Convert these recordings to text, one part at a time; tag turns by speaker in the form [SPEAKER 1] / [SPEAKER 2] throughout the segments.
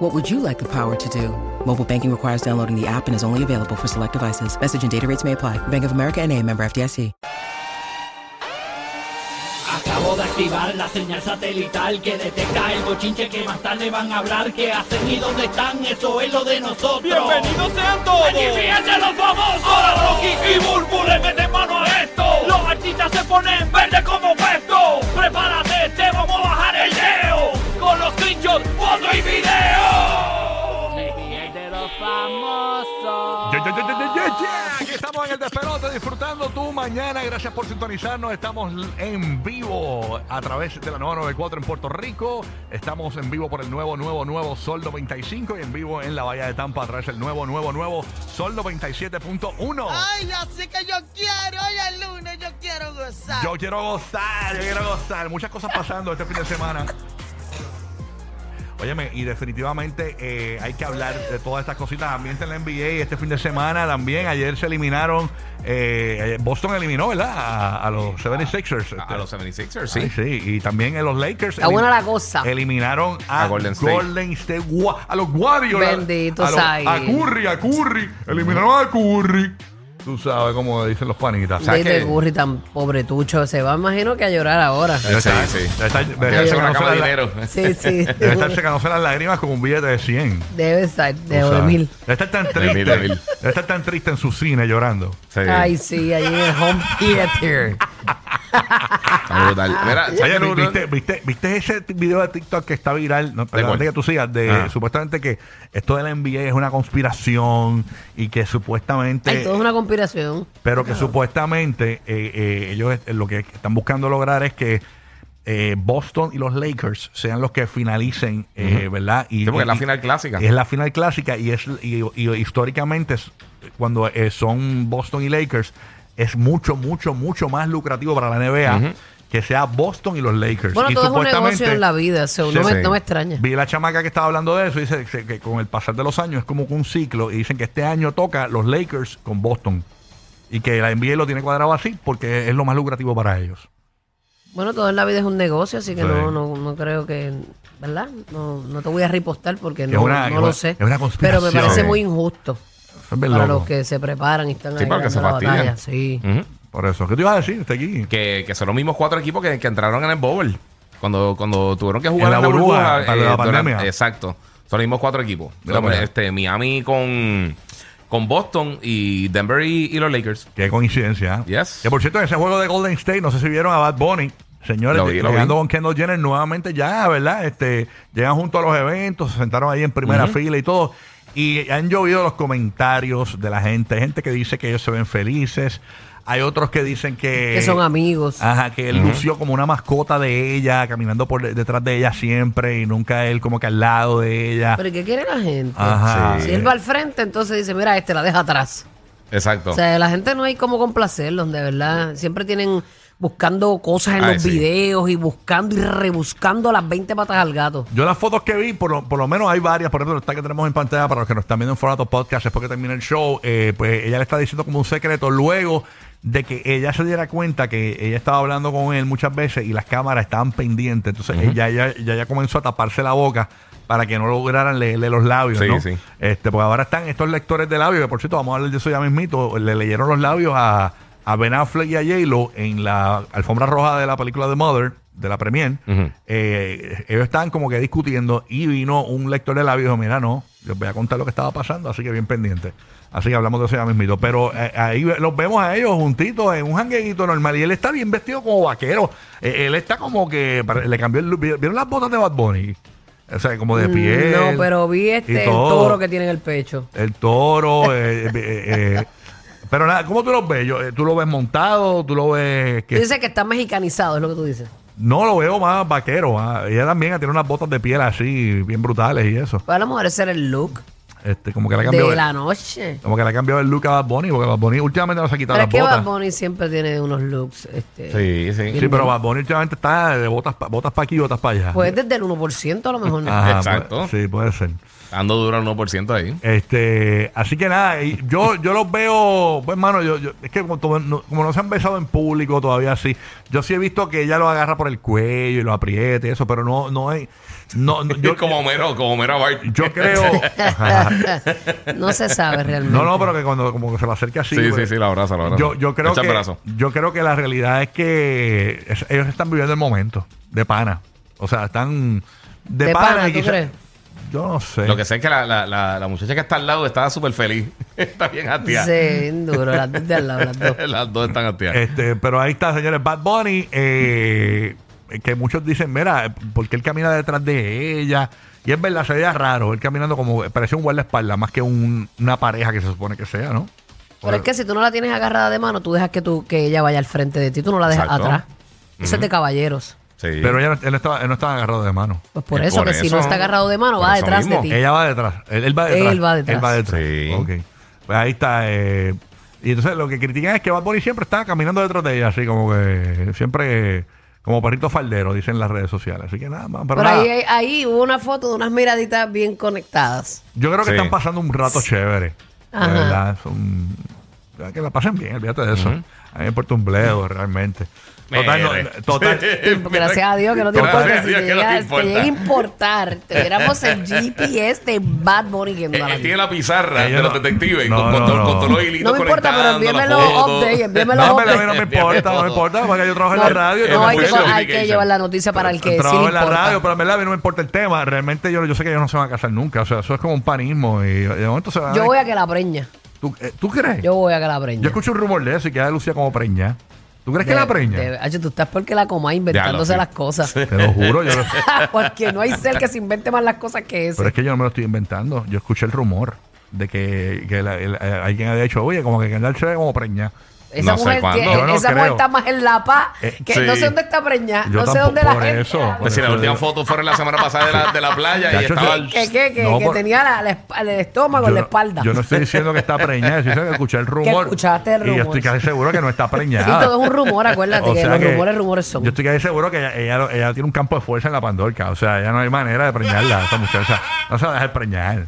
[SPEAKER 1] What would you like the power to do? Mobile banking requires downloading the app and is only available for select devices. Message and data rates may apply. Bank of America and a member FDIC.
[SPEAKER 2] Acabo de activar la señal satelital que detecta el bochinche que más tarde van a hablar. ¿Qué hacen y dónde están? Eso es lo de nosotros.
[SPEAKER 3] ¡Bienvenidos sean todos!
[SPEAKER 2] ¡Aquí fíjense los famosos!
[SPEAKER 3] Ahora Rocky y Burbu le meten mano a esto.
[SPEAKER 2] Los artistas se ponen verde como puesto.
[SPEAKER 3] ¡Prepárate, te vamos a bajar el leo! Con los screenshots, foto y video.
[SPEAKER 2] de los famosos.
[SPEAKER 4] Yeah, yeah, yeah, yeah, yeah, yeah. Aquí estamos en el despelote disfrutando tu mañana. Gracias por sintonizarnos. Estamos en vivo a través de la 994 en Puerto Rico. Estamos en vivo por el nuevo, nuevo, nuevo Sol 95 y en vivo en la Bahía de Tampa a través del nuevo, nuevo, nuevo Sol 97.1.
[SPEAKER 5] Ay, así que yo quiero, hoy es lunes, yo quiero gozar.
[SPEAKER 4] Yo quiero gozar, yo quiero gozar. Muchas cosas pasando este fin de semana. Óyeme, y definitivamente eh, hay que hablar de todas estas cositas. Ambiente en la NBA este fin de semana también. Ayer se eliminaron, eh, Boston eliminó, ¿verdad? A, a los 76ers.
[SPEAKER 6] A los 76ers,
[SPEAKER 4] Ay,
[SPEAKER 6] sí.
[SPEAKER 4] sí, y también en los Lakers.
[SPEAKER 7] Está buena la cosa.
[SPEAKER 4] Eliminaron a,
[SPEAKER 6] A
[SPEAKER 4] Golden
[SPEAKER 6] Golden
[SPEAKER 4] State.
[SPEAKER 6] State.
[SPEAKER 4] Wa- a los Warriors.
[SPEAKER 7] Bendito
[SPEAKER 4] a, los-
[SPEAKER 7] sea él.
[SPEAKER 4] a Curry, a Curry. Eliminaron a Curry. Tú sabes cómo dicen los panitas.
[SPEAKER 6] sea
[SPEAKER 7] Desde
[SPEAKER 6] que-
[SPEAKER 7] Curry tan pobretucho se va, imagino que a llorar ahora.
[SPEAKER 6] Sí, sí.
[SPEAKER 4] Debe estar- debe
[SPEAKER 6] Debe
[SPEAKER 4] estarse
[SPEAKER 6] ser una
[SPEAKER 4] ganándose
[SPEAKER 6] cama de
[SPEAKER 4] la-
[SPEAKER 6] dinero.
[SPEAKER 7] Sí, sí.
[SPEAKER 4] Debe estar secándose las lágrimas con un billete de 100.
[SPEAKER 7] Debe estar de
[SPEAKER 4] Tú sabes.
[SPEAKER 7] mil.
[SPEAKER 4] Debe estar tan
[SPEAKER 6] De
[SPEAKER 4] triste.
[SPEAKER 6] mil, de mil.
[SPEAKER 4] Debe estar tan triste en su cine llorando.
[SPEAKER 6] Sí.
[SPEAKER 7] Ay, sí, allí en el Home Theater.
[SPEAKER 6] Está brutal. Mira, ¿sabes
[SPEAKER 4] Oye,
[SPEAKER 6] qué
[SPEAKER 4] vi-
[SPEAKER 6] brutal?
[SPEAKER 4] ¿viste, viste, viste ese t- video de TikTok que está viral? No, perdón,
[SPEAKER 6] cuál?
[SPEAKER 4] antes que tú sigas, de
[SPEAKER 6] Ah.
[SPEAKER 4] supuestamente que esto de la NBA es una conspiración y que supuestamente.
[SPEAKER 7] Hay toda una conspiración.
[SPEAKER 4] Pero que supuestamente eh, eh, ellos eh, lo que están buscando lograr es que eh, Boston y los Lakers sean los que finalicen, eh, ¿verdad? Y,
[SPEAKER 6] Sí, porque es la
[SPEAKER 4] y-
[SPEAKER 6] final clásica.
[SPEAKER 4] Es la final clásica y es y, y históricamente es- cuando eh, son Boston y Lakers es mucho, mucho, mucho más lucrativo para la NBA que sea Boston y los Lakers.
[SPEAKER 7] Bueno,
[SPEAKER 4] y
[SPEAKER 7] todo es un negocio en la vida, so, no,
[SPEAKER 6] Sí,
[SPEAKER 7] me,
[SPEAKER 6] sí.
[SPEAKER 7] no me extraña.
[SPEAKER 4] Vi la chamaca que estaba hablando de eso y dice que- que con el pasar de los años es como que un ciclo y dicen que este año toca los Lakers con Boston y que la NBA lo tiene cuadrado así porque es lo más lucrativo para ellos.
[SPEAKER 7] Bueno, todo en la vida es un negocio, así que
[SPEAKER 4] Sí.
[SPEAKER 7] no, no, no creo que, ¿verdad? No, no te voy a ripostar porque
[SPEAKER 4] Es
[SPEAKER 7] no,
[SPEAKER 4] una-
[SPEAKER 7] no
[SPEAKER 4] es una-
[SPEAKER 7] lo sé.
[SPEAKER 4] es una
[SPEAKER 7] Pero me
[SPEAKER 4] conspiración.
[SPEAKER 7] parece muy injusto
[SPEAKER 4] Es bien
[SPEAKER 7] para
[SPEAKER 4] loco.
[SPEAKER 7] los que se preparan y están
[SPEAKER 6] Sí,
[SPEAKER 7] ahí
[SPEAKER 6] para los que se
[SPEAKER 7] dando la
[SPEAKER 6] fastidian. Mm.
[SPEAKER 7] batalla. Sí.
[SPEAKER 6] Ujú.
[SPEAKER 4] Por eso. ¿Qué te ibas a decir? Está aquí.
[SPEAKER 6] que, que son los mismos cuatro equipos que, que entraron en el Bowl. Cuando, cuando tuvieron que jugar
[SPEAKER 4] En la
[SPEAKER 6] en la,
[SPEAKER 4] burbuja,
[SPEAKER 6] burbuja. eh,
[SPEAKER 4] para la
[SPEAKER 6] durante-
[SPEAKER 4] pandemia.
[SPEAKER 6] exacto. Son los mismos cuatro equipos.
[SPEAKER 4] Mira
[SPEAKER 6] Son,
[SPEAKER 4] para allá.
[SPEAKER 6] este, Miami con, con Boston y Denver y, y los Lakers.
[SPEAKER 4] Qué coincidencia. ¿eh?
[SPEAKER 6] Yes.
[SPEAKER 4] Que por cierto, en ese juego de Golden State, no sé si vieron a Bad Bunny. Señores,
[SPEAKER 6] Lo vi, lo
[SPEAKER 4] llegando
[SPEAKER 6] vi.
[SPEAKER 4] con Kendall Jenner nuevamente ya, ¿verdad? Este, llegan junto a los eventos, se sentaron ahí en primera fila y todo. Y han llovido los comentarios de la gente. Hay gente que dice que ellos se ven felices. Hay otros que dicen que...
[SPEAKER 7] Que son amigos.
[SPEAKER 4] Ajá, que él lució como una mascota de ella, caminando por de- detrás de ella siempre y nunca él como que al lado de ella.
[SPEAKER 7] Pero ¿y ¿qué quiere la gente?
[SPEAKER 4] Ajá.
[SPEAKER 7] Si él va al frente, entonces dice, mira, este la deja atrás.
[SPEAKER 6] Exacto.
[SPEAKER 7] O sea, la gente no hay como complacerlos, de verdad. Siempre tienen buscando cosas en
[SPEAKER 6] Ay,
[SPEAKER 7] los
[SPEAKER 6] sí.
[SPEAKER 7] videos y buscando y rebuscando las 20 patas al gato.
[SPEAKER 4] Yo las fotos que vi, por lo, por lo menos hay varias, por ejemplo, esta que tenemos en pantalla para los que nos están viendo en formato podcast, después que termine el show, eh, pues ella le está diciendo como un secreto luego de que ella se diera cuenta que ella estaba hablando con él muchas veces y las cámaras estaban pendientes, entonces ella, ella- ella ya comenzó a taparse la boca para que no lograran leerle los labios,
[SPEAKER 6] Sí,
[SPEAKER 4] ¿no?
[SPEAKER 6] sí.
[SPEAKER 4] Este, pues ahora están estos lectores de labios, que por cierto, vamos a hablar de eso ya mismito, le leyeron los labios a, a Ben Affleck y a J-Lo en la alfombra roja de la película The Mother, de la Premier.
[SPEAKER 6] Ujú.
[SPEAKER 4] Eh, ellos estaban como que discutiendo y vino un lector de labios y dijo, mira, no, les voy a contar lo que estaba pasando, así que bien pendiente. Así que hablamos de eso ya mismito. Pero eh, ahí ve- los vemos a ellos juntitos en un jangueguito normal y él está bien vestido como vaquero. Eh, él está como que pare- le cambió el look. ¿Vieron las botas de Bad Bunny? O sea, como de piel.
[SPEAKER 7] Mm, no, pero vi
[SPEAKER 4] y
[SPEAKER 7] este el
[SPEAKER 4] todo.
[SPEAKER 7] toro que tiene en el pecho.
[SPEAKER 4] El toro. eh, eh, eh, pero nada, ¿cómo tú los ves? Yo, eh, ¿Tú lo ves montado? ¿Tú lo ves
[SPEAKER 7] Tú
[SPEAKER 4] que
[SPEAKER 7] dices que está mexicanizado, es lo que tú dices.
[SPEAKER 4] No lo veo más vaquero. ah. Ella también tiene unas botas de piel así, bien brutales y eso.
[SPEAKER 7] Para las mujeres ser el look.
[SPEAKER 4] Este, como que le ha cambiado.
[SPEAKER 7] de
[SPEAKER 4] el-
[SPEAKER 7] la noche.
[SPEAKER 4] Como que le ha cambiado el look a Bad Bunny, porque Bad Bunny últimamente no se ha quitado
[SPEAKER 7] Pero es
[SPEAKER 4] las
[SPEAKER 7] que
[SPEAKER 4] botas.
[SPEAKER 7] Bad Bunny siempre tiene unos looks. Este,
[SPEAKER 6] Sí, sí.
[SPEAKER 4] Sí, pero Bad Bunny últimamente está de botas para botas pa aquí y botas para allá.
[SPEAKER 7] Pues desde el 1% a lo mejor. ¿no?
[SPEAKER 4] Ajá,
[SPEAKER 6] Exacto.
[SPEAKER 4] pues, sí, puede ser.
[SPEAKER 6] Ando duro al 1% ahí.
[SPEAKER 4] Este, así que nada, y yo, yo los veo, pues hermano, yo, yo- es que como, como no, como no se han besado en público todavía así, yo sí he visto que ella lo agarra por el cuello y lo aprieta y eso, pero no, no hay, no, no, yo,
[SPEAKER 6] Yo como Homero, como Homero Bart.
[SPEAKER 4] yo creo,
[SPEAKER 7] No se sabe realmente.
[SPEAKER 4] no, no, pero que cuando como que se lo acerca así,
[SPEAKER 6] Sí, sí, sí,
[SPEAKER 4] pues,
[SPEAKER 6] la abraza, la abraza.
[SPEAKER 4] yo, yo creo
[SPEAKER 6] Echa el
[SPEAKER 4] que,
[SPEAKER 6] brazo.
[SPEAKER 4] yo creo que la realidad es que es- ellos están viviendo el momento de pana, o sea, están de,
[SPEAKER 7] De pana, ¿tú
[SPEAKER 4] quizá-
[SPEAKER 7] crees?
[SPEAKER 4] yo no sé,
[SPEAKER 6] Lo que sé es que la, la, la, la muchacha que está al lado está súper feliz. está bien hastiada.
[SPEAKER 7] Sí, duro, las dos de al lado, las dos.
[SPEAKER 6] Las dos están hastiadas.
[SPEAKER 4] Este, pero ahí está, señores, Bad Bunny, eh, que muchos dicen, mira, porque él camina detrás de ella? Y es verdad, se veía raro, él caminando como, parece un guardaespaldas, más que un- una pareja que se supone que sea, ¿no?
[SPEAKER 7] Pero es que si tú no la tienes agarrada de mano, tú dejas que, tú, que ella vaya al frente de ti, tú no la dejas
[SPEAKER 6] Exacto.
[SPEAKER 7] atrás. Eso es de caballeros.
[SPEAKER 6] Sí.
[SPEAKER 4] Pero ella no, él, no estaba, él no estaba agarrado de mano.
[SPEAKER 7] Pues por
[SPEAKER 6] Eh,
[SPEAKER 7] eso,
[SPEAKER 6] por
[SPEAKER 7] que si no
[SPEAKER 6] eso.
[SPEAKER 7] está agarrado de mano,
[SPEAKER 6] Por
[SPEAKER 7] va
[SPEAKER 6] eso
[SPEAKER 7] detrás
[SPEAKER 6] mismo.
[SPEAKER 7] de ti.
[SPEAKER 4] Ella va detrás, él, él va detrás.
[SPEAKER 7] Él va detrás.
[SPEAKER 4] Él va detrás.
[SPEAKER 6] Sí.
[SPEAKER 4] Ok. Pues ahí está. eh, y entonces lo que critican es que Bad Bunny siempre está caminando detrás de ella, así como que siempre como perrito faldero, dicen las redes sociales. Así que nada, más, pero
[SPEAKER 7] Pero
[SPEAKER 4] nada.
[SPEAKER 7] ahí, ahí- ahí hubo una foto de unas miraditas bien conectadas.
[SPEAKER 4] Yo creo que
[SPEAKER 6] Sí.
[SPEAKER 4] están pasando un rato chévere.
[SPEAKER 7] Ajá.
[SPEAKER 4] De verdad, son- que la pasen bien, olvídate de eso. A mí me importa un bledo, realmente. Total, no-
[SPEAKER 6] Mere.
[SPEAKER 4] total.
[SPEAKER 7] Gracias a Dios que no te
[SPEAKER 6] Gracias
[SPEAKER 7] importa.
[SPEAKER 6] a
[SPEAKER 7] Si
[SPEAKER 6] Dios
[SPEAKER 7] te
[SPEAKER 6] que no te
[SPEAKER 7] llega,
[SPEAKER 6] importa.
[SPEAKER 7] te llega a importar, te viéramos el GPS de Bad Bunny que no
[SPEAKER 6] Eh,
[SPEAKER 7] la
[SPEAKER 6] eh,
[SPEAKER 7] vi.
[SPEAKER 6] tiene la pizarra
[SPEAKER 4] Ellos
[SPEAKER 6] de
[SPEAKER 4] no-
[SPEAKER 6] los detectives
[SPEAKER 4] no,
[SPEAKER 6] con,
[SPEAKER 4] no,
[SPEAKER 6] con, to-
[SPEAKER 4] no.
[SPEAKER 6] con todos los hilitos
[SPEAKER 7] No me importa, pero
[SPEAKER 6] conectando,
[SPEAKER 7] envíame
[SPEAKER 6] las
[SPEAKER 7] los
[SPEAKER 6] fotos.
[SPEAKER 7] updates, envíame los
[SPEAKER 4] No, pero a mí
[SPEAKER 7] updates.
[SPEAKER 4] no me importa, no me importa, porque yo trabajo en la radio. y
[SPEAKER 7] No,
[SPEAKER 4] me
[SPEAKER 7] hay que,
[SPEAKER 4] gusta.
[SPEAKER 7] hay que llevar la noticia para el que sí le
[SPEAKER 4] trabajo en la
[SPEAKER 7] importa.
[SPEAKER 4] radio, pero en verdad a mí no me importa el tema. Realmente yo, yo sé que ellos no se van a casar nunca. O sea, eso es como un panismo. Y de momento se van
[SPEAKER 7] Yo voy a que la preña.
[SPEAKER 4] ¿Tú, eh, tú crees?
[SPEAKER 7] Yo voy a que la preña.
[SPEAKER 4] Yo escucho un rumor de eso y queda Lucía como preña. ¿Tú crees que la preña?
[SPEAKER 7] de- Hacho, tú estás porque la coma inventándose
[SPEAKER 6] Ya lo
[SPEAKER 7] las
[SPEAKER 6] sé.
[SPEAKER 7] cosas.
[SPEAKER 4] Te lo juro. Yo lo-
[SPEAKER 7] porque no hay ser que se invente más las cosas que ese.
[SPEAKER 4] Pero es que yo no me lo estoy inventando. Yo escuché el rumor de que, que la- el- eh, alguien había dicho, oye, como que Kendall se ve como preña.
[SPEAKER 7] esa
[SPEAKER 6] no sé
[SPEAKER 7] mujer,
[SPEAKER 6] cuándo.
[SPEAKER 7] tiene-
[SPEAKER 4] Yo no
[SPEAKER 7] esa
[SPEAKER 4] creo.
[SPEAKER 7] mujer está más en la paz.
[SPEAKER 4] Eh,
[SPEAKER 7] que
[SPEAKER 6] sí.
[SPEAKER 7] No sé dónde está preñada.
[SPEAKER 4] Yo
[SPEAKER 7] No sé
[SPEAKER 4] tampoco,
[SPEAKER 7] dónde la
[SPEAKER 4] por
[SPEAKER 7] gente.
[SPEAKER 4] eso.
[SPEAKER 7] habla.
[SPEAKER 6] Pues si la última foto fueron la semana pasada de la, de la playa y
[SPEAKER 4] Chacho,
[SPEAKER 6] estaba...
[SPEAKER 4] yo-
[SPEAKER 7] Que, que, que,
[SPEAKER 4] No,
[SPEAKER 7] que
[SPEAKER 4] por-
[SPEAKER 7] tenía la- la esp- el estómago
[SPEAKER 4] yo,
[SPEAKER 7] en la
[SPEAKER 4] no-
[SPEAKER 7] espalda.
[SPEAKER 4] yo no estoy diciendo que está preñada, estoy diciendo que escuché el rumor.
[SPEAKER 7] escuchaste el
[SPEAKER 4] Y yo
[SPEAKER 7] rumor.
[SPEAKER 4] estoy casi seguro que no está
[SPEAKER 7] Sí,
[SPEAKER 4] preñada.
[SPEAKER 7] todo es un rumor, acuérdate
[SPEAKER 4] O
[SPEAKER 7] que
[SPEAKER 4] sea
[SPEAKER 7] los
[SPEAKER 4] que
[SPEAKER 7] rumores, rumores son.
[SPEAKER 4] Yo estoy casi seguro que ella, ella- ella tiene un campo de fuerza en la pandorca. O sea, ya no hay manera de preñarla. Esa muchacha no se va a dejar preñar.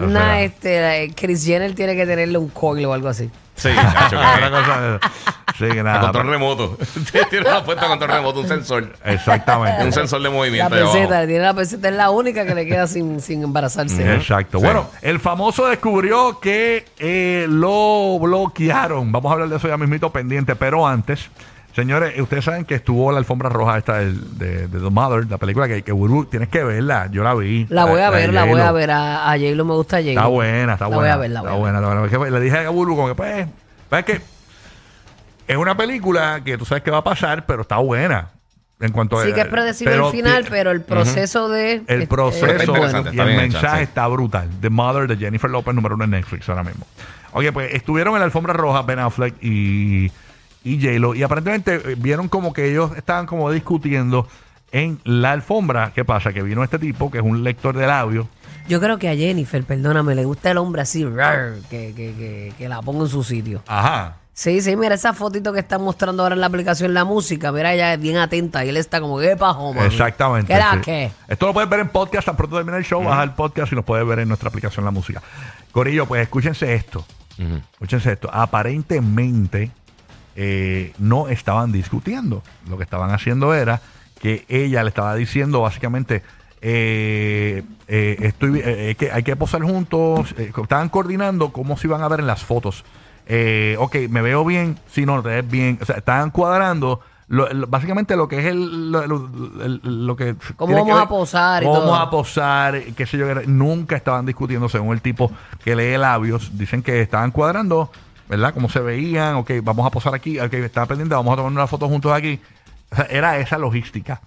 [SPEAKER 4] O
[SPEAKER 7] Una,
[SPEAKER 4] sea,
[SPEAKER 7] este, eh, Chris Jenner tiene que tenerle un coil o algo así.
[SPEAKER 6] Sí, chacho,
[SPEAKER 4] una
[SPEAKER 6] que-
[SPEAKER 4] cosa de- Sí, que
[SPEAKER 6] a
[SPEAKER 4] nada.
[SPEAKER 6] control remoto. tiene una puesta a control remoto, un sensor.
[SPEAKER 4] Exactamente.
[SPEAKER 6] Un sensor de
[SPEAKER 7] La
[SPEAKER 6] movimiento. ahí abajo.
[SPEAKER 7] peseta, tiene la peseta, es la única que le queda sin, sin embarazarse. ¿no?
[SPEAKER 4] Exacto.
[SPEAKER 6] Sí.
[SPEAKER 4] Bueno, el famoso descubrió que eh, lo bloquearon. Vamos a hablar de eso ya mismito pendiente, pero antes, señores, eh, ustedes saben que estuvo la alfombra roja esta del- de, de The Mother, la película que, que Burbu, tienes que verla. Yo la vi.
[SPEAKER 7] La voy a ver, la
[SPEAKER 4] de
[SPEAKER 7] voy a
[SPEAKER 4] J-Lo.
[SPEAKER 7] ver. A, a J-Lo me gusta J-Lo.
[SPEAKER 4] Está buena, está
[SPEAKER 7] La
[SPEAKER 4] buena.
[SPEAKER 7] voy a ver, la voy
[SPEAKER 4] está
[SPEAKER 7] a ver.
[SPEAKER 4] buena, está buena. Porque Le dije a Burbu como que, pues, ¿sabes qué? Es una película que tú sabes que va a pasar, pero está buena. En cuanto a-
[SPEAKER 7] Sí que es predecible
[SPEAKER 4] pero
[SPEAKER 7] el final,
[SPEAKER 4] ti-
[SPEAKER 7] pero el proceso de... este, eh,
[SPEAKER 4] el
[SPEAKER 7] es-
[SPEAKER 6] Pero está
[SPEAKER 4] proceso
[SPEAKER 6] interesante,
[SPEAKER 4] y
[SPEAKER 6] está
[SPEAKER 4] el
[SPEAKER 6] bien hecha,
[SPEAKER 4] mensaje
[SPEAKER 6] sí.
[SPEAKER 4] está brutal. The Mother de Jennifer Lopez, número uno en Netflix ahora mismo. Oye, pues estuvieron en la alfombra roja Ben Affleck y, y J-Lo y aparentemente eh, vieron como que ellos estaban como discutiendo en la alfombra. ¿Qué pasa? Que vino este tipo que es un lector de labios.
[SPEAKER 7] Yo creo que a Jennifer, perdóname, le gusta el hombre así, rar, que, que, que, que la ponga en su sitio.
[SPEAKER 4] Ajá.
[SPEAKER 7] Sí, sí, mira esa fotito que están mostrando ahora en la aplicación La Música. Mira, ella es bien atenta y él está como, ¿qué pajo, Oh, mami?
[SPEAKER 4] Exactamente.
[SPEAKER 7] ¿Qué la
[SPEAKER 4] sí.
[SPEAKER 7] qué?
[SPEAKER 4] Esto lo puedes ver en podcast, tan pronto termina el show, baja el podcast y lo puedes ver en nuestra aplicación La Música. Corillo, pues escúchense esto.
[SPEAKER 6] Ujú.
[SPEAKER 4] Escúchense esto. Aparentemente eh, no estaban discutiendo. Lo que estaban haciendo era que ella le estaba diciendo básicamente eh, eh, estoy, eh, eh, que hay que posar juntos. eh, estaban coordinando cómo se iban a ver en las fotos. Eh, ok, me veo bien. Si no, no te ves bien. O sea, estaban cuadrando. lo- lo- básicamente lo que es el, lo, lo- el- lo que
[SPEAKER 7] ¿Cómo
[SPEAKER 4] tiene
[SPEAKER 7] vamos
[SPEAKER 4] que
[SPEAKER 7] a posar y
[SPEAKER 4] cómo
[SPEAKER 7] todo?
[SPEAKER 4] vamos a posar qué sé yo qué era. nunca estaban discutiendo según el tipo que lee labios dicen que estaban cuadrando verdad cómo se veían ok vamos a posar aquí ok estaba pendiente vamos a tomar una foto juntos aquí O sea, era esa logística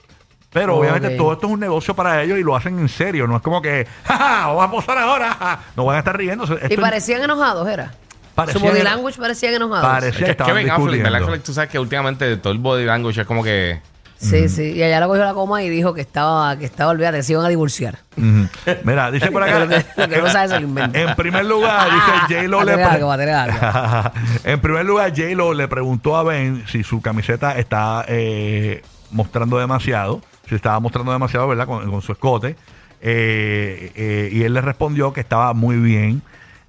[SPEAKER 4] pero
[SPEAKER 7] Ok.
[SPEAKER 4] obviamente todo esto es un negocio para ellos y lo hacen en serio no es como que "Ja, ja, vamos a posar ahora ja, ja". no van a estar riendo Esto
[SPEAKER 7] Y
[SPEAKER 4] es-
[SPEAKER 7] parecían enojados, ¿era?
[SPEAKER 4] Parecían
[SPEAKER 7] Su body
[SPEAKER 4] eno-
[SPEAKER 7] language parecían enojados.
[SPEAKER 4] parecía
[SPEAKER 6] Es
[SPEAKER 4] que
[SPEAKER 6] que
[SPEAKER 4] estaban
[SPEAKER 6] Ben Affleck, Ben
[SPEAKER 4] discutiendo
[SPEAKER 6] Affleck, tú sabes que últimamente todo el body language es como que
[SPEAKER 4] Mm.
[SPEAKER 7] Sí, sí. Y allá la cogió la coma y dijo que estaba, que estaba, olvídate, que se iban a divorciar.
[SPEAKER 4] Ujú. Mira, dice por acá. eh,
[SPEAKER 7] Lo que- lo que no sabe se lo inventa. Ah,
[SPEAKER 4] En primer lugar, dice J-Lo
[SPEAKER 7] Va a
[SPEAKER 4] le
[SPEAKER 7] tener
[SPEAKER 4] pre-
[SPEAKER 7] algo, va a tener
[SPEAKER 4] En primer lugar, J-Lo le preguntó a Ben si su camiseta está eh, mostrando demasiado, si estaba mostrando demasiado, ¿verdad? Con, con su escote. Eh, eh, y él le respondió que estaba muy bien.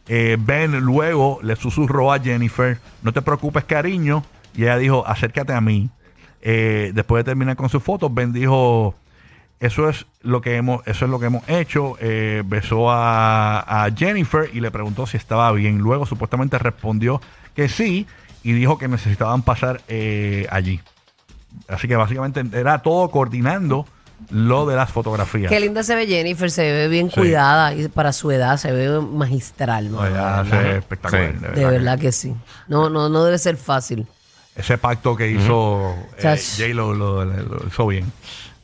[SPEAKER 4] Eh, ben luego le susurró a Jennifer, no te preocupes, cariño. Y ella dijo, acércate a mí. Eh, después de terminar con sus fotos, Ben dijo, eso es lo que hemos, eso es lo que hemos hecho. Eh, besó a, a Jennifer y le preguntó si estaba bien. Luego supuestamente respondió que sí y dijo que necesitaban pasar eh, allí. Así que básicamente era todo coordinando lo de las fotografías.
[SPEAKER 7] Qué linda se ve Jennifer, se ve bien
[SPEAKER 4] Sí.
[SPEAKER 7] cuidada y para su edad se ve magistral, ¿no?
[SPEAKER 4] No, ella
[SPEAKER 7] de, verdad,
[SPEAKER 4] hace espectacular.
[SPEAKER 6] Sí.
[SPEAKER 4] de
[SPEAKER 7] de
[SPEAKER 4] verdad que-
[SPEAKER 7] verdad que sí. No, no, no debe ser fácil.
[SPEAKER 4] Ese pacto que hizo eh,
[SPEAKER 7] Chach.
[SPEAKER 4] J lo, lo- lo- lo hizo bien.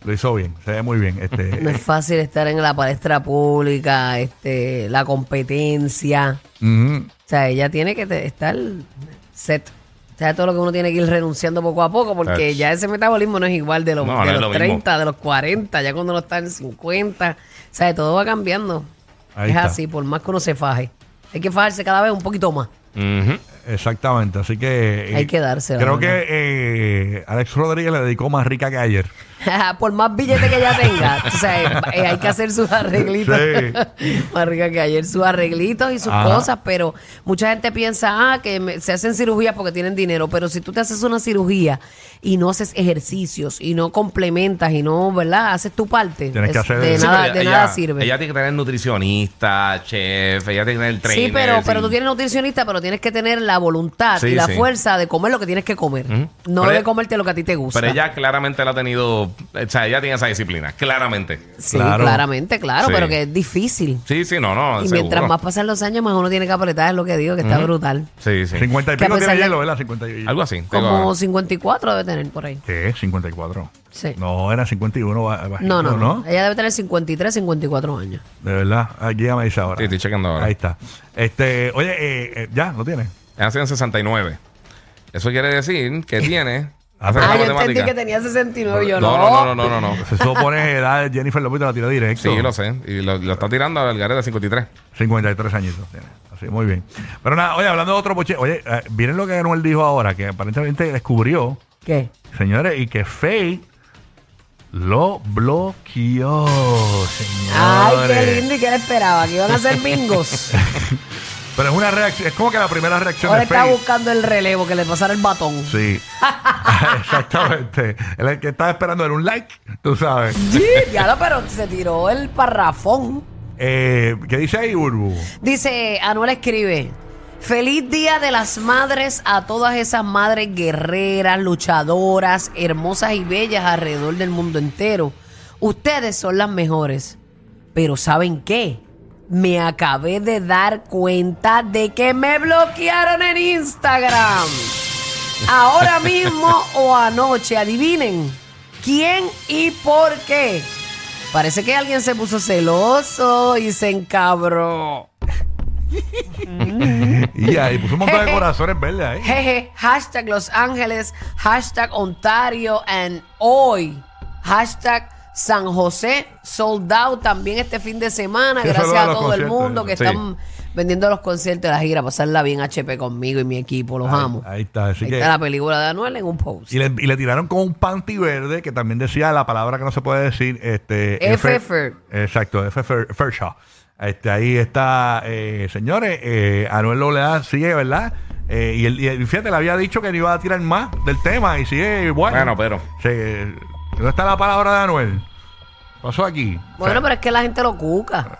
[SPEAKER 4] Lo hizo bien. Se ve muy bien. Este,
[SPEAKER 7] No es fácil estar en la palestra pública, este, la competencia.
[SPEAKER 4] ujú.
[SPEAKER 7] O sea, ella tiene que te- estar set. O sea, todo lo que uno tiene que ir renunciando poco a poco, porque
[SPEAKER 6] Ach.
[SPEAKER 7] ya ese metabolismo no es igual de los,
[SPEAKER 6] No,
[SPEAKER 7] de
[SPEAKER 6] no es
[SPEAKER 7] los
[SPEAKER 6] lo mismo.
[SPEAKER 7] 30, de los 40, ya cuando uno está en 50. O sea, todo va cambiando.
[SPEAKER 4] Ahí
[SPEAKER 7] es
[SPEAKER 4] está.
[SPEAKER 7] así, por más que uno se faje. Hay que fajarse cada vez un poquito más.
[SPEAKER 6] Ujú.
[SPEAKER 4] Exactamente, así que... eh,
[SPEAKER 7] Hay que dársela,
[SPEAKER 4] Creo
[SPEAKER 7] ¿verdad?
[SPEAKER 4] que eh, Alex Rodríguez le dedicó más rica que ayer.
[SPEAKER 7] por más billete que ella tenga, o sea, eh, hay que hacer sus arreglitos. más rica que ayer, sus arreglitos y sus
[SPEAKER 4] Ajá.
[SPEAKER 7] cosas, pero mucha gente piensa, ah, que me- se hacen cirugías porque tienen dinero, pero si tú te haces una cirugía y no haces ejercicios y no complementas y no, ¿verdad? Haces tu parte,
[SPEAKER 4] Tienes que
[SPEAKER 7] es-
[SPEAKER 4] hacer
[SPEAKER 7] de,
[SPEAKER 4] ejercicio.
[SPEAKER 7] nada,
[SPEAKER 6] pero
[SPEAKER 7] de
[SPEAKER 6] ella-
[SPEAKER 7] nada sirve.
[SPEAKER 6] Ella tiene que tener nutricionista, chef, ella tiene que tener trainer.
[SPEAKER 7] sí, pero, pero
[SPEAKER 6] sí.
[SPEAKER 7] tú tienes nutricionista, pero tienes que tener la voluntad
[SPEAKER 6] Sí,
[SPEAKER 7] y la
[SPEAKER 6] sí.
[SPEAKER 7] fuerza de comer lo que tienes que comer,
[SPEAKER 6] Ujú.
[SPEAKER 7] no
[SPEAKER 6] Pero
[SPEAKER 7] de
[SPEAKER 6] ella-
[SPEAKER 7] comerte lo que a ti te gusta.
[SPEAKER 6] Pero ella claramente la ha tenido, o sea, ella tiene esa disciplina, claramente.
[SPEAKER 7] sí,
[SPEAKER 4] Claro.
[SPEAKER 7] claramente, claro,
[SPEAKER 6] Sí.
[SPEAKER 7] pero que es difícil.
[SPEAKER 6] Sí, sí, no, no.
[SPEAKER 7] Y
[SPEAKER 6] Ah, seguro.
[SPEAKER 7] mientras más pasan los años, más uno tiene que apretar, es lo que digo, que está brutal.
[SPEAKER 6] Sí, sí.
[SPEAKER 4] 50 y
[SPEAKER 7] Que a
[SPEAKER 4] pico
[SPEAKER 7] pesar
[SPEAKER 4] tiene
[SPEAKER 7] de-
[SPEAKER 4] hielo, ¿verdad? 50 y...
[SPEAKER 6] Algo así.
[SPEAKER 7] Como
[SPEAKER 6] digo, ah.
[SPEAKER 7] 54 debe tener por ahí.
[SPEAKER 4] ¿Qué? 54.
[SPEAKER 7] Sí.
[SPEAKER 4] No, era 51. ba-
[SPEAKER 7] No,
[SPEAKER 4] bajito,
[SPEAKER 7] no, no. Ella debe tener 53, 54 años.
[SPEAKER 4] De verdad. Aquí ya me dice ahora.
[SPEAKER 6] Sí, estoy checando ahora.
[SPEAKER 4] Ahí está. Este, oye, eh, eh, ya, ¿lo tienes?
[SPEAKER 6] Nació en 69. Eso quiere decir que tiene...
[SPEAKER 4] Ah,
[SPEAKER 6] hace
[SPEAKER 4] pero-
[SPEAKER 6] la
[SPEAKER 7] Ah, yo
[SPEAKER 6] matemática.
[SPEAKER 7] entendí que tenía 69, yo no.
[SPEAKER 6] no, no, no, no, no, no.
[SPEAKER 4] Se supone edad Jennifer López te la tira directo.
[SPEAKER 6] Sí, lo sé. Y lo, lo está tirando al garete de 53.
[SPEAKER 4] 53 añitos tiene. Así, muy bien. Pero nada, oye, hablando de otro boche, oye, eh, miren lo que Anuel dijo ahora, que aparentemente descubrió
[SPEAKER 7] ¿Qué?
[SPEAKER 4] Señores, y que Faye lo bloqueó, señores.
[SPEAKER 7] Ay, qué lindo y qué le esperaba, que iban a hacer bingos.
[SPEAKER 4] Pero es una reacción, es como que la primera reacción
[SPEAKER 7] Ahora
[SPEAKER 4] de
[SPEAKER 7] está
[SPEAKER 4] Faye.
[SPEAKER 7] buscando el relevo, que le pasara el batón.
[SPEAKER 4] Sí. Exactamente. Él es El que estaba esperando era un like, tú sabes.
[SPEAKER 7] Ya lo, pero se tiró el parrafón.
[SPEAKER 4] Eh, ¿Qué dice ahí, Burbu?
[SPEAKER 7] Dice, Anuel escribe, feliz día de las madres a todas esas madres guerreras, luchadoras, hermosas y bellas alrededor del mundo entero. Ustedes son las mejores. Pero ¿saben qué? Me acabé de dar cuenta de que me bloquearon en Instagram. Ahora mismo o anoche, adivinen. ¿Quién y por qué? Parece que alguien se puso celoso y se encabró.
[SPEAKER 4] Y ahí puso un montón de corazones verdes ahí.
[SPEAKER 7] Jeje, hashtag Los Ángeles, hashtag Ontario and hoy, hashtag San José, sold out también este fin de semana,
[SPEAKER 4] Sí,
[SPEAKER 7] gracias
[SPEAKER 4] solo a
[SPEAKER 7] a
[SPEAKER 4] los
[SPEAKER 7] todo el
[SPEAKER 4] conciertos,
[SPEAKER 7] mundo que
[SPEAKER 6] sí.
[SPEAKER 7] están vendiendo los conciertos de la gira, pasarla bien HP conmigo y mi equipo, los amo.
[SPEAKER 4] Ahí está, así
[SPEAKER 7] Ahí
[SPEAKER 4] que-
[SPEAKER 7] está la película de Anuel en un post.
[SPEAKER 4] Y le, y le tiraron con un panty verde que también decía la palabra que no se puede decir. Este,
[SPEAKER 7] F. Fer.
[SPEAKER 4] Exacto, F. Fer- Fershaw. Este, ahí está, eh, señores, eh, Anuel Olea sigue, ¿verdad? Eh, y, él, y él- fíjate, le había dicho que no iba a tirar más del tema y sigue, bueno.
[SPEAKER 6] Bueno, pero-
[SPEAKER 4] Se- ¿Dónde está la palabra de Anuel? Pasó aquí.
[SPEAKER 7] Bueno,
[SPEAKER 4] O sea,
[SPEAKER 7] pero es que la gente lo cuca.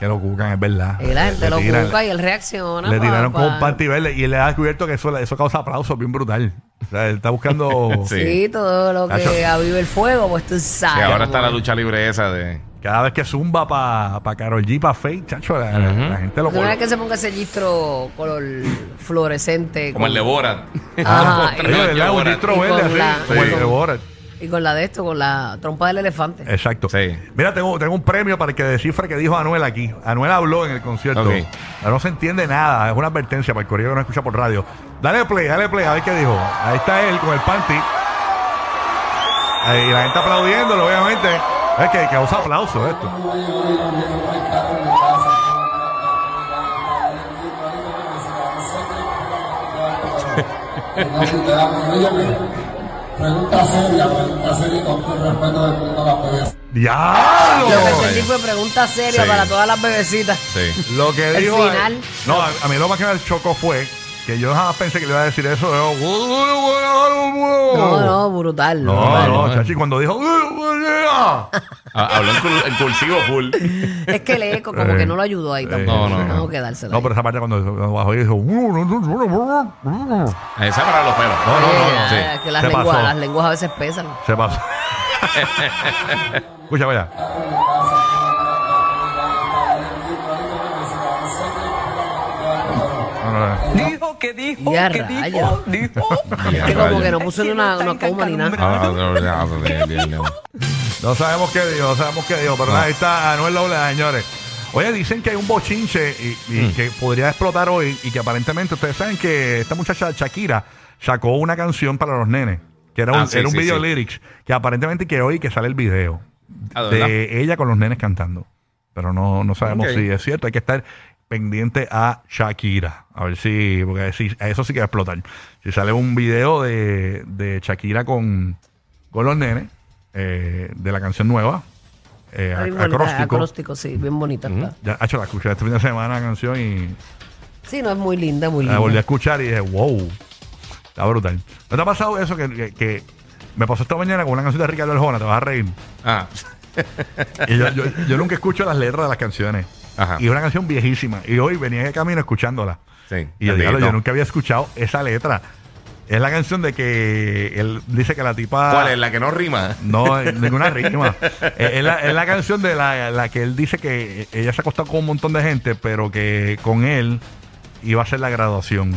[SPEAKER 4] Que lo cucan, es verdad.
[SPEAKER 7] Y la gente
[SPEAKER 4] Ah, Le
[SPEAKER 7] lo
[SPEAKER 4] tiran-
[SPEAKER 7] cuca y él reacciona.
[SPEAKER 4] le
[SPEAKER 7] pa-
[SPEAKER 4] tiraron con un
[SPEAKER 7] pa-
[SPEAKER 4] panty verde y él le ha descubierto que eso, eso causa aplausos bien brutal. O sea, él está buscando...
[SPEAKER 6] Sí.
[SPEAKER 7] Sí, todo lo que
[SPEAKER 4] Nacho.
[SPEAKER 7] aviva el fuego, pues tú sabes.
[SPEAKER 6] Y ahora está la
[SPEAKER 7] amor.
[SPEAKER 6] lucha libre esa de...
[SPEAKER 4] Cada vez que zumba para pa Carol G, para Faye, chacho, la, la- la gente lo
[SPEAKER 7] No es
[SPEAKER 4] pone.
[SPEAKER 7] que se ponga ese gistro color fluorescente.
[SPEAKER 6] Como
[SPEAKER 7] con-
[SPEAKER 6] el de Borat.
[SPEAKER 7] Ajá,
[SPEAKER 6] Contra
[SPEAKER 4] Sí,
[SPEAKER 7] y-
[SPEAKER 6] el de
[SPEAKER 4] ¿verdad? Un
[SPEAKER 6] Borat.
[SPEAKER 4] distro
[SPEAKER 7] y
[SPEAKER 4] verde
[SPEAKER 7] con
[SPEAKER 4] así.
[SPEAKER 7] la-
[SPEAKER 4] Sí,
[SPEAKER 7] con-
[SPEAKER 4] de Borat.
[SPEAKER 7] Y con la de esto, con la trompa del elefante.
[SPEAKER 4] Exacto.
[SPEAKER 6] Sí.
[SPEAKER 4] Mira, tengo, tengo un premio para el que descifre que dijo Anuel aquí. Anuel habló en el concierto.
[SPEAKER 6] Ok.
[SPEAKER 4] Ahora No se entiende nada. Es una advertencia para el correo que no escucha por radio. Dale play, dale play, a ver qué dijo. Ahí está él con el panty. Eh, y la gente aplaudiéndolo, obviamente. Es que causa aplauso esto.
[SPEAKER 7] Lo
[SPEAKER 4] ¡Diablo!
[SPEAKER 7] que entendí fue pregunta seria
[SPEAKER 6] Sí.
[SPEAKER 7] para todas las bebecitas.
[SPEAKER 6] Sí.
[SPEAKER 4] Lo que
[SPEAKER 7] El
[SPEAKER 4] dijo.
[SPEAKER 7] final.
[SPEAKER 4] no, a, a mí lo más que me chocó fue que yo jamás pensé que le iba a decir eso. Yo,
[SPEAKER 7] No, no, brutal.
[SPEAKER 4] no,
[SPEAKER 7] brutal.
[SPEAKER 4] no, chachi, cuando dijo.
[SPEAKER 6] Ah, Habló en, cul- en cursivo full.
[SPEAKER 7] Es que el eco como
[SPEAKER 4] Eh.
[SPEAKER 7] que no lo ayudó ahí tampoco.
[SPEAKER 6] No, no,
[SPEAKER 7] Tengo
[SPEAKER 6] no.
[SPEAKER 7] que dárselo.
[SPEAKER 4] No, pero esa parte cuando, cuando bajó y dijo. "Uh,
[SPEAKER 6] Esa es para los pelos.
[SPEAKER 4] No, no,
[SPEAKER 7] Eh,
[SPEAKER 4] no, no,
[SPEAKER 6] sí.
[SPEAKER 7] eh, que las
[SPEAKER 4] Se pasó.
[SPEAKER 7] lenguas, las lenguas a veces pesan.
[SPEAKER 4] Se pasó. Escucha, vaya. No, no, no.
[SPEAKER 8] Dijo que dijo,
[SPEAKER 7] Ya
[SPEAKER 8] que
[SPEAKER 7] rayos.
[SPEAKER 8] dijo, dijo.
[SPEAKER 6] Ya
[SPEAKER 7] Que como
[SPEAKER 6] rayos.
[SPEAKER 7] que no puso ni una, una coma ni nada.
[SPEAKER 6] Ah, no, no, no, no, no, no, no.
[SPEAKER 4] No sabemos qué dijo, no sabemos qué dijo, pero
[SPEAKER 6] No.
[SPEAKER 4] nada, ahí está Anuel Doble, señores. Oye, dicen que hay un bochinche y, y
[SPEAKER 6] Mm.
[SPEAKER 4] que podría explotar hoy y que aparentemente ustedes saben que esta muchacha Shakira sacó una canción para los nenes, que era un,
[SPEAKER 6] Ah, sí,
[SPEAKER 4] era un
[SPEAKER 6] sí,
[SPEAKER 4] video
[SPEAKER 6] sí.
[SPEAKER 4] lyrics, que aparentemente que hoy que sale el video
[SPEAKER 6] Ah, ¿de
[SPEAKER 4] de Eh, ella con los nenes cantando. Pero no, no sabemos
[SPEAKER 6] Ok.
[SPEAKER 4] si es cierto, hay que estar pendiente a Shakira, a ver si, porque si, a eso sí que va a explotar. Si sale un video de, de Shakira con, con los nenes, eh, de la canción nueva, eh,
[SPEAKER 7] Ay,
[SPEAKER 4] ac-
[SPEAKER 7] bonita,
[SPEAKER 4] acróstico. Mm.
[SPEAKER 7] acróstico, sí, bien bonita está.
[SPEAKER 4] Ya, hecho, la escuché este fin de semana la canción y
[SPEAKER 7] Sí, no es muy linda, muy
[SPEAKER 4] la volví a
[SPEAKER 7] linda.
[SPEAKER 4] escuchar y dije, wow, está brutal. ¿No te ha pasado eso que, que- que me pasó esta mañana con una canción de Ricardo Arjona? Te vas a reír.
[SPEAKER 6] Ah,
[SPEAKER 4] Y yo, yo- yo nunca escucho las letras de las canciones.
[SPEAKER 6] Ajá.
[SPEAKER 4] Y es una canción viejísima. Y hoy venía de camino escuchándola.
[SPEAKER 6] sí.
[SPEAKER 4] Y yo,
[SPEAKER 6] El
[SPEAKER 4] diablo,
[SPEAKER 6] viejito.
[SPEAKER 4] yo nunca había escuchado esa letra. Es la canción de que él dice que la tipa.
[SPEAKER 6] ¿Cuál es? La que no rima.
[SPEAKER 4] No, eh, ninguna rima. Eh, es, la, es la canción de la, la que él dice que ella se ha acostado con un montón de gente, pero que con él iba a ser la graduación.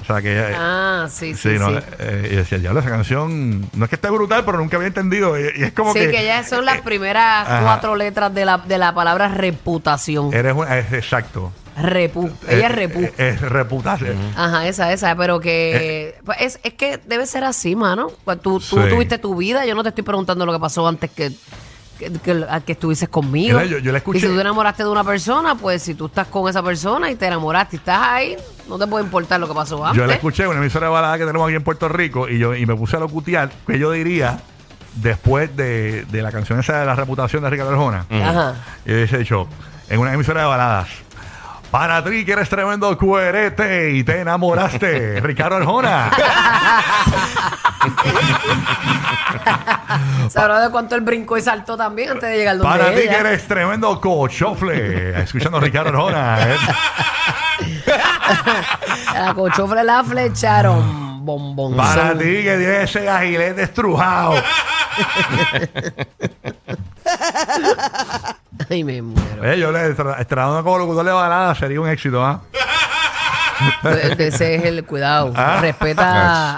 [SPEAKER 4] O sea que ella. eh,
[SPEAKER 7] Ah, sí,
[SPEAKER 4] Sí,
[SPEAKER 7] sí, sí.
[SPEAKER 4] no, eh, y decía, diablo, esa canción no es que esté brutal, pero nunca había entendido. Y, y es como
[SPEAKER 7] sí,
[SPEAKER 4] que.
[SPEAKER 7] que, ya son las primeras
[SPEAKER 4] ajá.
[SPEAKER 7] cuatro letras de la, de la palabra reputación.
[SPEAKER 4] Eres un- es exacto.
[SPEAKER 7] repu. Ella es repu.
[SPEAKER 4] Eh, eh, Es reputación.
[SPEAKER 7] Ajá, esa, esa, pero que pues, es, es que debe ser así, mano. Pues, Tú, tú
[SPEAKER 4] Eh. Sí.
[SPEAKER 7] tuviste tu vida, yo no te estoy preguntando lo que pasó antes que, que, que- a que estuvieses conmigo.
[SPEAKER 4] Mira, yo- yo la escuché.
[SPEAKER 7] Y si tú te enamoraste de una persona, pues si tú estás con esa persona y te enamoraste y estás ahí, no te puede importar lo que pasó antes.
[SPEAKER 4] Yo la escuché en una emisora de balada que tenemos aquí en Puerto Rico y yo y me puse a locutear que yo diría después de, de la canción esa de la reputación de Ricardo Arjona.
[SPEAKER 7] Ajá.
[SPEAKER 4] Y dice hecho en una emisora de baladas. Para ti que eres tremendo cuerete y te enamoraste, Ricardo Arjona.
[SPEAKER 7] ¿Sabrá de cuánto él brincó y saltó también antes de llegar donde
[SPEAKER 4] Para ti
[SPEAKER 7] ella?
[SPEAKER 4] que eres tremendo cochofle. Escuchando a Ricardo Arjona. ¿eh?
[SPEAKER 7] A la cochofle la flecharon. Bombón.
[SPEAKER 4] Para ti que tienes ese agilete estrujado.
[SPEAKER 7] Ay, me muero.
[SPEAKER 4] Eh, yo le tra- trabajando como locutor de baladas sería un éxito, ¿ah?
[SPEAKER 7] E- Ese es el cuidado.
[SPEAKER 4] Ah.
[SPEAKER 7] Respeta a,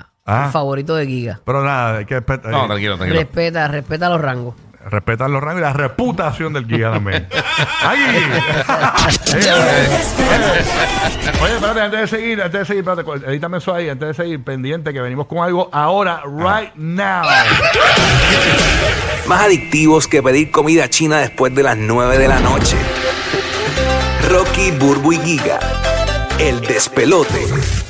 [SPEAKER 7] a-
[SPEAKER 4] Ah.
[SPEAKER 7] al favorito de Giga.
[SPEAKER 4] Pero nada, hay que respet-
[SPEAKER 6] No, tranquilo, tranquilo.
[SPEAKER 7] Respeta, respeta los rangos.
[SPEAKER 4] respetar los rangos y la reputación del guía también. ¡Ay! Eh, Oye, espérate, antes de seguir, antes de seguir, espérate, cu- edítame eso ahí, antes de seguir, pendiente, que venimos con algo ahora,
[SPEAKER 6] Ah.
[SPEAKER 4] right now.
[SPEAKER 9] más adictivos que pedir comida china después de las 9 de la noche. Rocky, Burbu y Giga, el despelote.